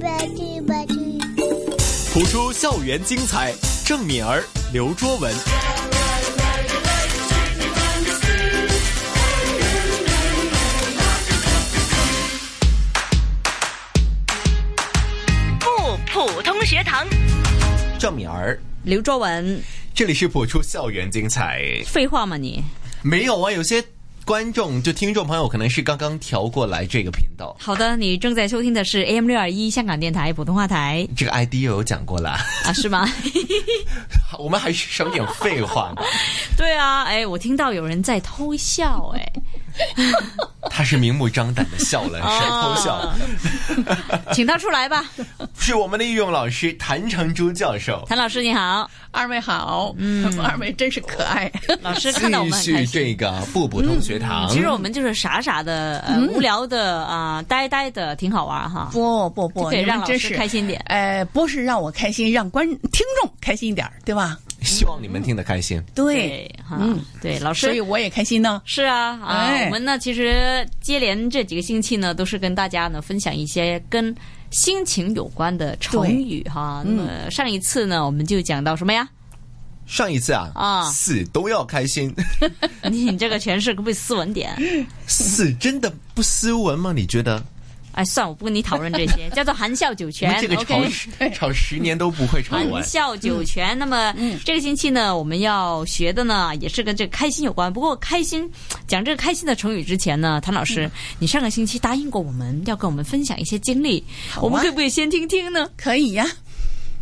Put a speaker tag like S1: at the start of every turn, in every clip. S1: 吧去吧去。
S2: 谱出校园精彩，郑敏儿、刘卓文。
S3: 不普通学堂，
S2: 郑敏儿，
S4: 刘卓文，
S2: 这里是谱出校园精彩。
S4: 废话嘛你？
S2: 没有啊，有些观众就听众朋友可能是刚刚调过来这个频道，
S4: 好的，你正在收听的是 AM 六二一香港电台普通话 台
S2: 这个 ID 又有讲过啦。
S4: 啊，是吗？
S2: 我们还是少点废话吧。
S4: 对啊，哎，我听到有人在偷笑， 哎，
S2: 他是明目张胆的笑了，谁
S4: 啊
S2: 偷笑？
S4: 请他出来吧，
S2: 是我们的御用老师谭成珠教授。
S4: 谭老师你好，
S5: 二位好，嗯，二位真是可爱。
S4: 老师看到我
S2: 继
S4: 们
S2: 续
S4: 很开心。嗯
S2: 这个不普通学堂，
S4: 其实我们就是傻傻的、呃无聊的啊、呆呆的，挺好玩哈。
S5: 不不不，
S4: 可以
S5: 你们
S4: 让老
S5: 真
S4: 师
S5: 是
S4: 开心点
S5: 呃，不是让我开心，让观听众开心一点儿，对吧？
S2: 希望你们听得开心。
S5: 对，
S4: 对，哈，
S5: 嗯
S4: 对，老
S5: 所以
S4: 师。
S5: 我也开心呢。
S4: 是啊，啊，
S5: 哎
S4: 我们呢，其实接连这几个星期呢，都是跟大家呢分享一些跟心情有关的成语哈。那
S2: 嗯
S4: 么上一次呢，我们就讲到什 么呀？
S2: 上一次啊，
S4: 啊
S2: 死都要开心，
S4: 你你这个诠释可不可以斯 文点？
S2: 死真的不斯文吗？你觉得？
S4: 哎，算了，我不跟你讨论这 些，叫做含笑九
S2: 我
S4: 泉
S2: 们这个。吵
S4: OK，啊
S2: 十 吵十年都不会吵完
S4: 含。笑九
S2: 嗯
S4: 泉。那么这个星期呢，我们要学的呢，也是跟这个开心有关。不过开心，讲这个开心的成语之前呢，谭老
S2: 嗯
S4: 师，你上个星期答应过我们要跟我们分享一些经历，
S5: 好啊
S4: 我们可不可以先听听呢？
S5: 可以呀，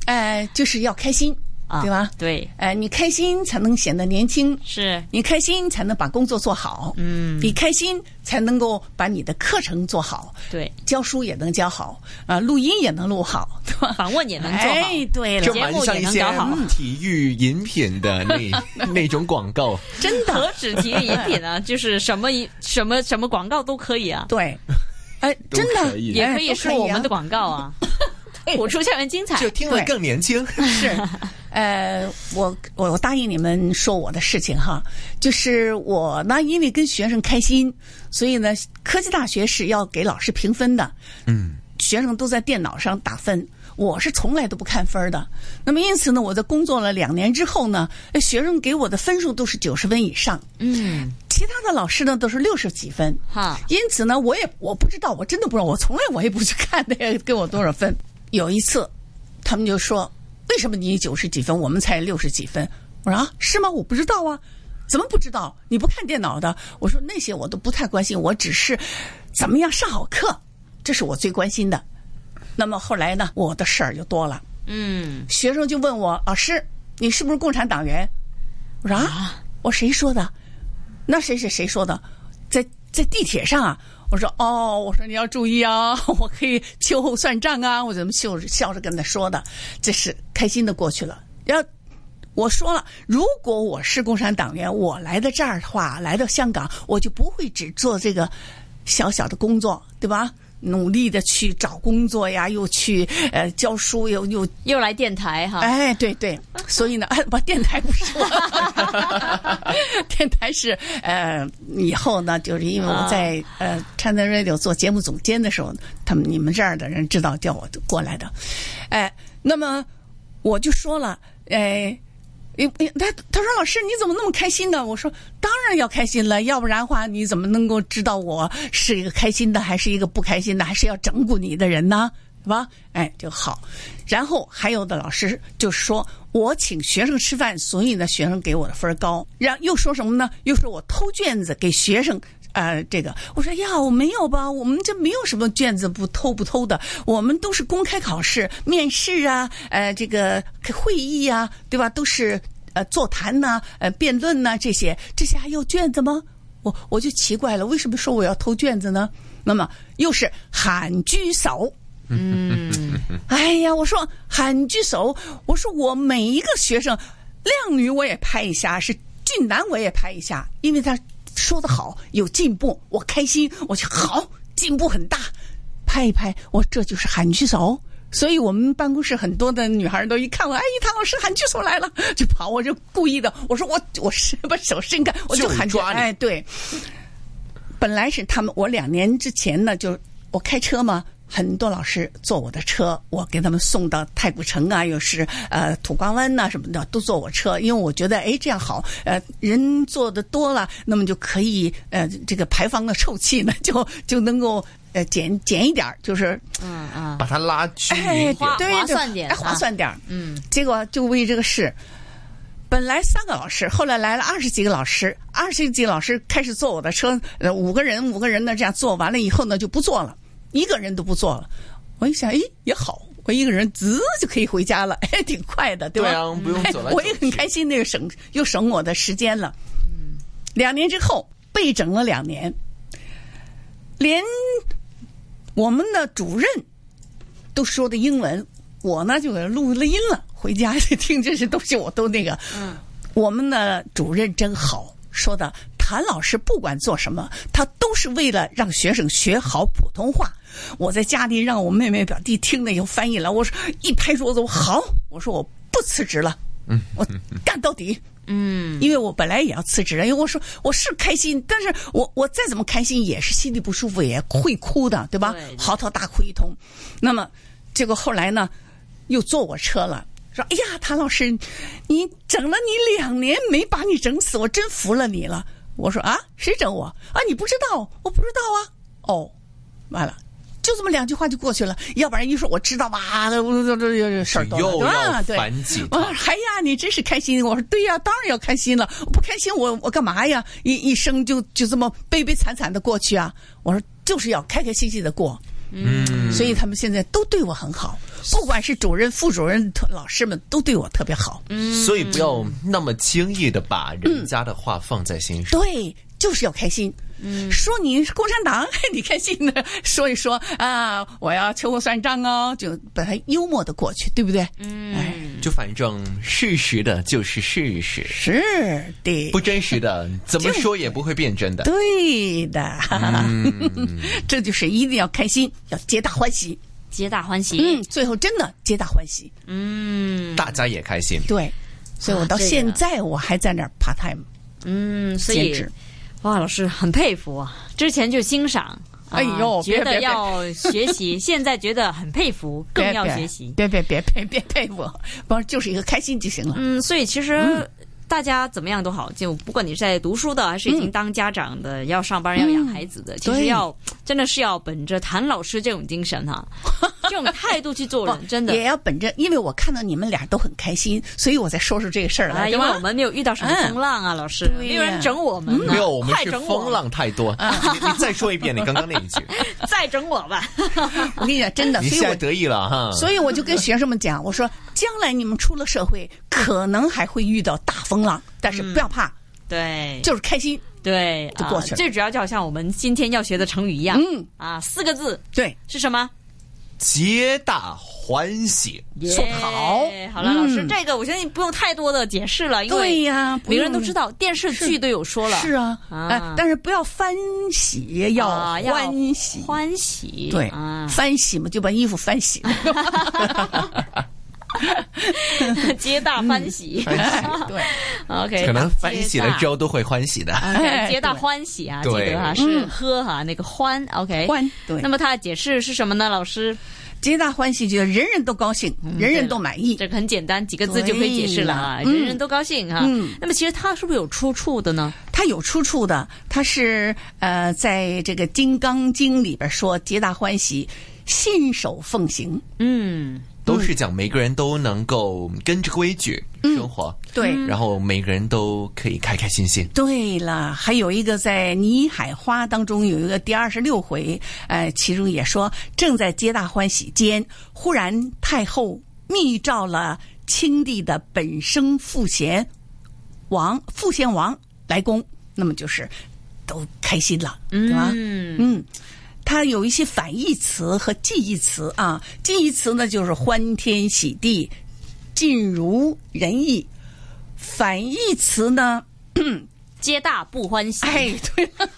S5: 呃，就是要开心，
S4: 啊，
S5: 对吧？
S4: 对，
S5: 呃，你开心才能显得年轻，
S4: 是
S5: 你开心才能把工作做好，嗯，你开心才能够把你的课程做好，
S4: 对，
S5: 教书也能教好，啊、录音也能录好，对吧？
S4: 访问也能做好。
S5: 哎，对了
S2: 就，
S4: 节
S2: 蛮
S4: 目
S2: 像
S4: 也
S2: 一
S4: 能
S2: 些嗯
S4: 搞好，
S2: 体育饮品的 那那种广告，
S5: 真的
S4: 何止体育饮品 啊，就是什么一什么什么广告都可以啊，
S5: 对，哎，
S2: 都
S5: 真的
S2: 可以
S4: 也
S5: 哎
S4: 可以
S5: 都
S4: 是我
S5: 啊
S4: 们的广告 啊。我出校园精彩，
S2: 就听了
S5: 对
S2: 更年轻。
S5: 是，呃，我我我答应你们说我的事情哈，就是我呢，因为跟学生开心，所以呢，科技大学是要给老师评分的，嗯，学生都在电脑上打分。我是从来都不看分儿的，那么因此呢，我在工作了两年之后呢，哎学生给我的分数都是九十分以上，
S4: 嗯，
S5: 其他的老师呢都是六十几分，
S4: 哈
S5: 因此呢，我也我不知道，我真的不知道，我从来我也不去看那个给我多少分。有一次，他们就说：“为什么你九十几分，我们才六十几分？”我说：“啊，是吗？我不知道啊，怎么不知道？你不看电脑的？”我说：“那些我都不太关心，我只是怎么样上好课，这是我最关心的。”那么后来呢，我的事儿就多了，
S4: 嗯，
S5: 学生就问我：“老师，你是不是共产党员？”我说：“啊，我谁说的？那谁谁谁说的？在在地铁上啊。”我说：“哦，我说你要注意啊， 我可以秋后算账啊。”我怎么笑着笑着跟他说的？这是开心的过去了。然后我说了，如果我是共产党员，我来到这儿的话，来到香港，我就不会只做这个小小的工作，对吧？努力的去找工作呀，又去呃教书，又又
S4: 又来电台哈，
S5: 哎，对对，所以呢， 哎，不，电台不是我，电台是呃，以后呢，就是因为我在、呃 China Radio 做节目总监的时候，他们你们这儿的人知道叫我过来的，哎，那么我就说了，哎。因因他他说老师你怎么那么开心呢？我说当然要开心了，要不然的话你怎么能够知道我是一个开心的还是一个不开心的，还是要整蛊你的人呢？是吧？哎，就好。然后还有的老师就说我请学生吃饭，所以呢学生给我的分儿高。然后又说什么呢？又说我偷卷子给学生。呃，这个我说呀，我没有吧，我们这没有什么卷子不偷不偷的，我们都是公开考试、面试啊，呃，这个会议啊，对吧？都是呃座谈呐、呃辩论呐、这些，这些还要卷子吗？我我就奇怪了，为什么说我要偷卷子呢？那么又是喊居手。嗯，哎呀，我说喊居手，我说我每一个学生，靓女我也拍一下，是俊男我也拍一下，因为他说的好，有进步，我开心，我就好，进步很大，拍一拍，我这就是喊居手。所以我们办公室很多的女孩都一看我，哎，谭老师喊居手来了，就跑，我就故意的，我说我我是把手伸开，我就
S2: 就
S5: 喊居
S2: 抓你
S5: 哎，对，本来是他们，我两年之前呢，就我开车嘛，很多老师坐我的车，我给他们送到太古城啊，又是呃土瓜湾呐、什么的，都坐我车，因为我觉得哎这样好，呃人坐的多了，那么就可以呃这个排放的臭气呢， 就就能够呃减减一点儿，就是
S4: 嗯嗯，
S2: 把它拉均匀
S5: 哎
S2: 一点。
S5: 对
S4: 划
S5: 对
S4: 算点
S5: 哎
S4: 啊
S5: 划算点儿
S4: 嗯，
S5: 结果就为这个事，本来三个老师，后来来了二十几个老师，二十几个老师开始坐我的车，呃，五个人五个人的这样坐，完了以后呢就不坐了，一个人都不坐了。我一想，哎，也好，我一个人滋就可以回家了， 哎，挺快的，对吧？
S2: 对啊不用走来
S5: 哎我也
S2: 走去
S5: 很开心，那个省又省我的时间了。两年之后被整了两年，连我们的主任都说的英文，我呢就给录了音了，回家就听这些东西，我都那个。嗯，我们的主任真好，说的谭老师不管做什么，他都是为了让学生学好普通话。我在家里让我妹妹表弟听了以后翻译了，我说一拍桌子，我好，我说我不辞职了，嗯，我干到底。
S4: 嗯
S5: 因为我本来也要辞职，因为我说我是开心，但是我我再怎么开心也是心里不舒服，也会哭的，对吧？
S4: 对对
S5: 嚎啕大哭一通。那么结果后来呢，又坐我车了，说：“哎呀，谭老师，你整了你两年没把你整死，我真服了你了。”我说：“啊，谁整我啊？你不知道？我不知道啊。”哦，完了。就这么两句话就过去了，要不然一说我知道吧，这这这事儿多了，
S2: 又
S5: 对吧？
S2: 要
S5: 对，
S2: 反几
S5: 我
S2: 趟
S5: 说：“哎呀，你真是开心！”我说：“对呀，当然要开心了，我不开心我我干嘛呀？一一生就就这么悲悲惨惨的过去啊！”我说：“就是要开开心心的过。”嗯，所以他们现在都对我很好，不管是主任、副主任、老师们都对我特别好。
S4: 嗯
S2: 所以不要那么轻易的把人家的话放在心上。
S5: 对，就是要开心。嗯，说你是共产党，你开心的说一说啊，我要秋后算账哦，就把它幽默的过去，对不对？嗯，哎，
S2: 就反正事实的就是事实，
S5: 是的，
S2: 不真实的怎么
S5: 就
S2: 说也不会变真的。
S5: 对的，哈哈，这就是一定要开心，要皆大欢喜。
S4: 皆大欢喜。
S5: 嗯，最后真的皆大欢喜。
S4: 嗯
S2: 大家也开心。
S5: 对，所以我到
S4: 这个
S5: 现在我还在那儿 part time
S4: 嗯，所
S5: 兼
S4: 以
S5: 职。
S4: 哇，老师很佩服啊！之前就欣赏，啊
S5: 哎呦别
S4: 觉
S5: 别
S4: 得
S5: 别
S4: 要学 习，现在觉得很佩服，更要学习。
S5: 别别别别别佩服，不是就是一个开心就行了。
S4: 嗯，所以其实。大家怎么样都好，就不管你是在读书的，还是已经当家长的，要上班要养孩子的，其实
S5: 对
S4: 要真的是要本着谭老师这种精神 哈、这种态度去做人，真的
S5: 也。要本着，因为我看到你们俩都很开心，所以我再说说这个事儿
S4: 啊，
S5: 来，
S4: 因
S5: 对嗯
S4: 为
S5: 吧？
S4: 我们没有遇到什么风浪啊，老师，
S5: 对呀
S4: 没有人整我们
S5: 嗯
S4: 啊，
S2: 没有，我们
S4: 快
S2: 是
S4: 整我
S2: 风，浪太 多。你你再说一遍你刚刚那一句，
S4: 再整我 吧。
S5: 我跟你讲，真的，
S2: 你
S5: 所
S2: 现在
S5: 以我。
S2: 得意了哈。
S5: 所以我就跟学生们讲，我说将来你们出了社会，可能还会遇到大风浪，但是不要
S4: 嗯
S5: 怕，
S4: 对，
S5: 就是开心。
S4: 对，
S5: 就过去
S4: 啊。
S5: 了
S4: 最主要就好像我们今天要学的成语一样，
S5: 嗯
S4: 啊，四个字
S5: 对，
S4: 是什么？
S2: 皆大欢喜，
S5: 说得好
S4: 耶好了，老师，
S5: 嗯
S4: 这个我相信不用太多的解释了，因
S5: 对
S4: 为
S5: 呀不
S4: 每个人
S5: 用
S4: 都知道，电视剧都有说了，
S5: 是啊，
S4: 啊
S5: 哎，但是不要翻洗，要
S4: 啊要
S5: 欢喜。
S4: 欢喜，
S5: 对，
S4: 啊，
S5: 翻洗嘛，就把衣服翻洗。
S4: 皆大欢 喜
S5: 对，
S4: ，OK，
S2: 可能翻喜了之后都会欢喜的。
S4: OK，
S5: 哎嗯
S4: 皆大欢喜啊，记
S2: 对
S4: 得哈，是喝哈那个欢，OK，
S5: 欢对
S4: 那么它的解释是什么呢？老师，
S5: 皆大欢喜，就是人人都高兴，
S4: 嗯
S5: 人人都满意。
S4: 这个很简单，几个字就可以解释了啊，
S5: 对
S4: 人人都高兴哈。
S5: 嗯
S4: 那么其实它是不是有出处的呢？
S5: 它有出处的，它是呃，在这个《金刚经》里边说“皆大欢喜，信守奉行
S4: 嗯，
S2: 都是讲每个人都能够跟着规矩
S4: 嗯
S2: 生活，”。
S5: 对，
S2: 然后每个人都可以开开心心。
S5: 对了，还有一个在《泥海花》当中有一个第二十六回，呃，其中也说正在皆大欢喜间，忽然太后密召了清帝的本生赋闲王赋闲王来宫，那么就是都开心了，对吧？
S4: 嗯
S5: 嗯，它有一些反义词和近义词啊。近义词呢，就是欢天喜地、尽如人意；反义词呢，
S4: 皆大不欢喜。
S5: 哎，对了，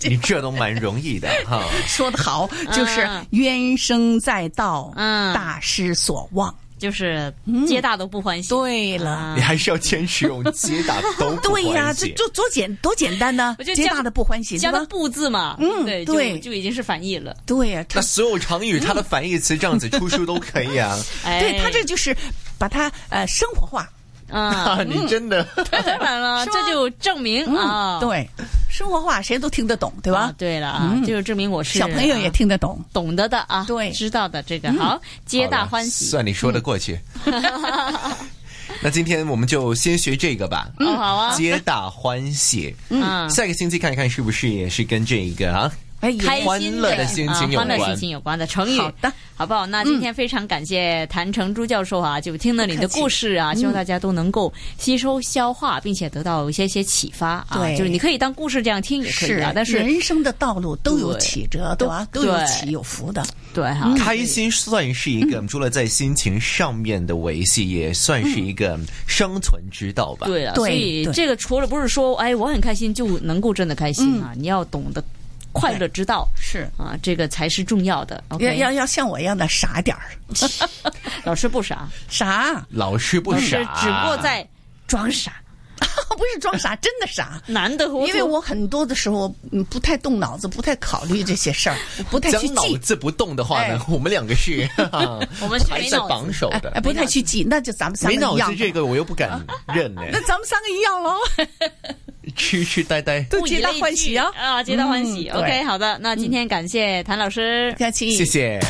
S2: 你这都蛮容易 的哈。
S5: 说得好，就是
S4: 嗯
S5: 冤声载道，
S4: 嗯
S5: 大失所望。
S4: 就是
S5: 嗯
S4: 皆大都不欢喜。
S5: 对了，
S2: 你还是要坚持用接打都不
S5: 对呀、
S2: 欢
S5: 这
S2: 喜
S5: 多多简多简单呢、
S4: 我觉得
S5: 皆
S4: 加
S5: 大的不欢喜，
S4: 加
S5: 对
S4: 个
S5: 吧？
S4: 不字嘛，
S5: 嗯
S4: 对，
S5: 对
S4: 就就已经是反义了。
S5: 对呀、
S2: 那
S5: 他
S2: 所有常语它的反义词这样子出书都可以 啊！
S4: 哎，
S5: 对他这就是把它呃生活化，
S4: 啊，
S2: 啊， 你真的
S4: 当然了，
S5: 是吗嗯
S4: 这就证明啊，
S5: 对，生活化谁都听得懂，对吧？
S4: 啊，对了啊，
S5: 嗯
S4: 这就证明我是
S5: 小朋友也
S4: 啊
S5: 听得懂。
S4: 懂得的啊，
S5: 对嗯
S4: 知道的这个好， 皆大欢
S2: 好了
S4: 喜。
S2: 算你说得过 去。那今天我们就先学这个吧，
S4: 嗯，好啊，
S2: 皆大欢喜。
S4: 嗯，
S2: 下个星期看一看是不是也是跟这个啊？
S5: 哎，
S4: 开
S5: 也
S2: 欢
S4: 心
S2: 乐的心情有
S4: 啊，欢乐
S2: 关
S4: 心情有关的成语。
S5: 好的，
S4: 好不好？那今天非常感谢谭成朱教授
S5: 嗯
S4: 啊，就听了你的故事啊，希望大家都能够吸收消化，并且得到一些些启发啊。
S5: 对
S4: 就是你可以当故事这样听也可以啊，但是
S5: 人生的道路都有曲折，对吧？
S4: 对
S5: 都有起有伏的。
S4: 对
S5: 嗯
S4: 哈，
S2: 开心算是一
S4: 嗯
S2: 个，除了在心情上面的维系，也算是一个生存之道吧。
S4: 嗯对啊，
S5: 对
S4: 所以
S5: 对
S4: 这个除了不是说哎我很开心就能够真的开心
S5: 嗯
S4: 啊，你要懂得快乐之道
S5: 是，
S4: 啊，这个才是重要的。
S5: 要
S4: OK，
S5: 要要像我一样的傻点儿，
S4: 老师不傻，
S5: 傻
S2: 老师不
S4: 老师
S2: 傻，
S4: 嗯只不过在装傻，
S5: 不是装傻，真的傻。
S4: 难得糊涂。
S5: 因为我很多的时候嗯不太动脑子，不太考虑这些 事儿，不太去
S2: 将脑
S5: 记，
S2: 子不动的话呢，我们两个是
S4: 哎 我们是
S2: 排
S4: 没
S2: 在
S4: 脑子
S2: 榜首
S5: 哎
S2: 的
S5: 哎，。不太去记，那就咱们三
S2: 没
S5: 个
S4: 啊
S2: 脑
S5: 一样
S2: 子
S5: 的。
S2: 这个我又不敢认 呢，
S5: 那咱们三个一样喽，
S2: 痴痴呆呆。
S5: 都
S4: 物以
S5: 皆大
S4: 类
S5: 欢喜
S4: 聚
S5: 啊！
S4: 啊，皆大欢喜。
S5: 嗯对
S4: OK，好的，那今天感谢谭老师。
S5: 下期
S2: 谢谢。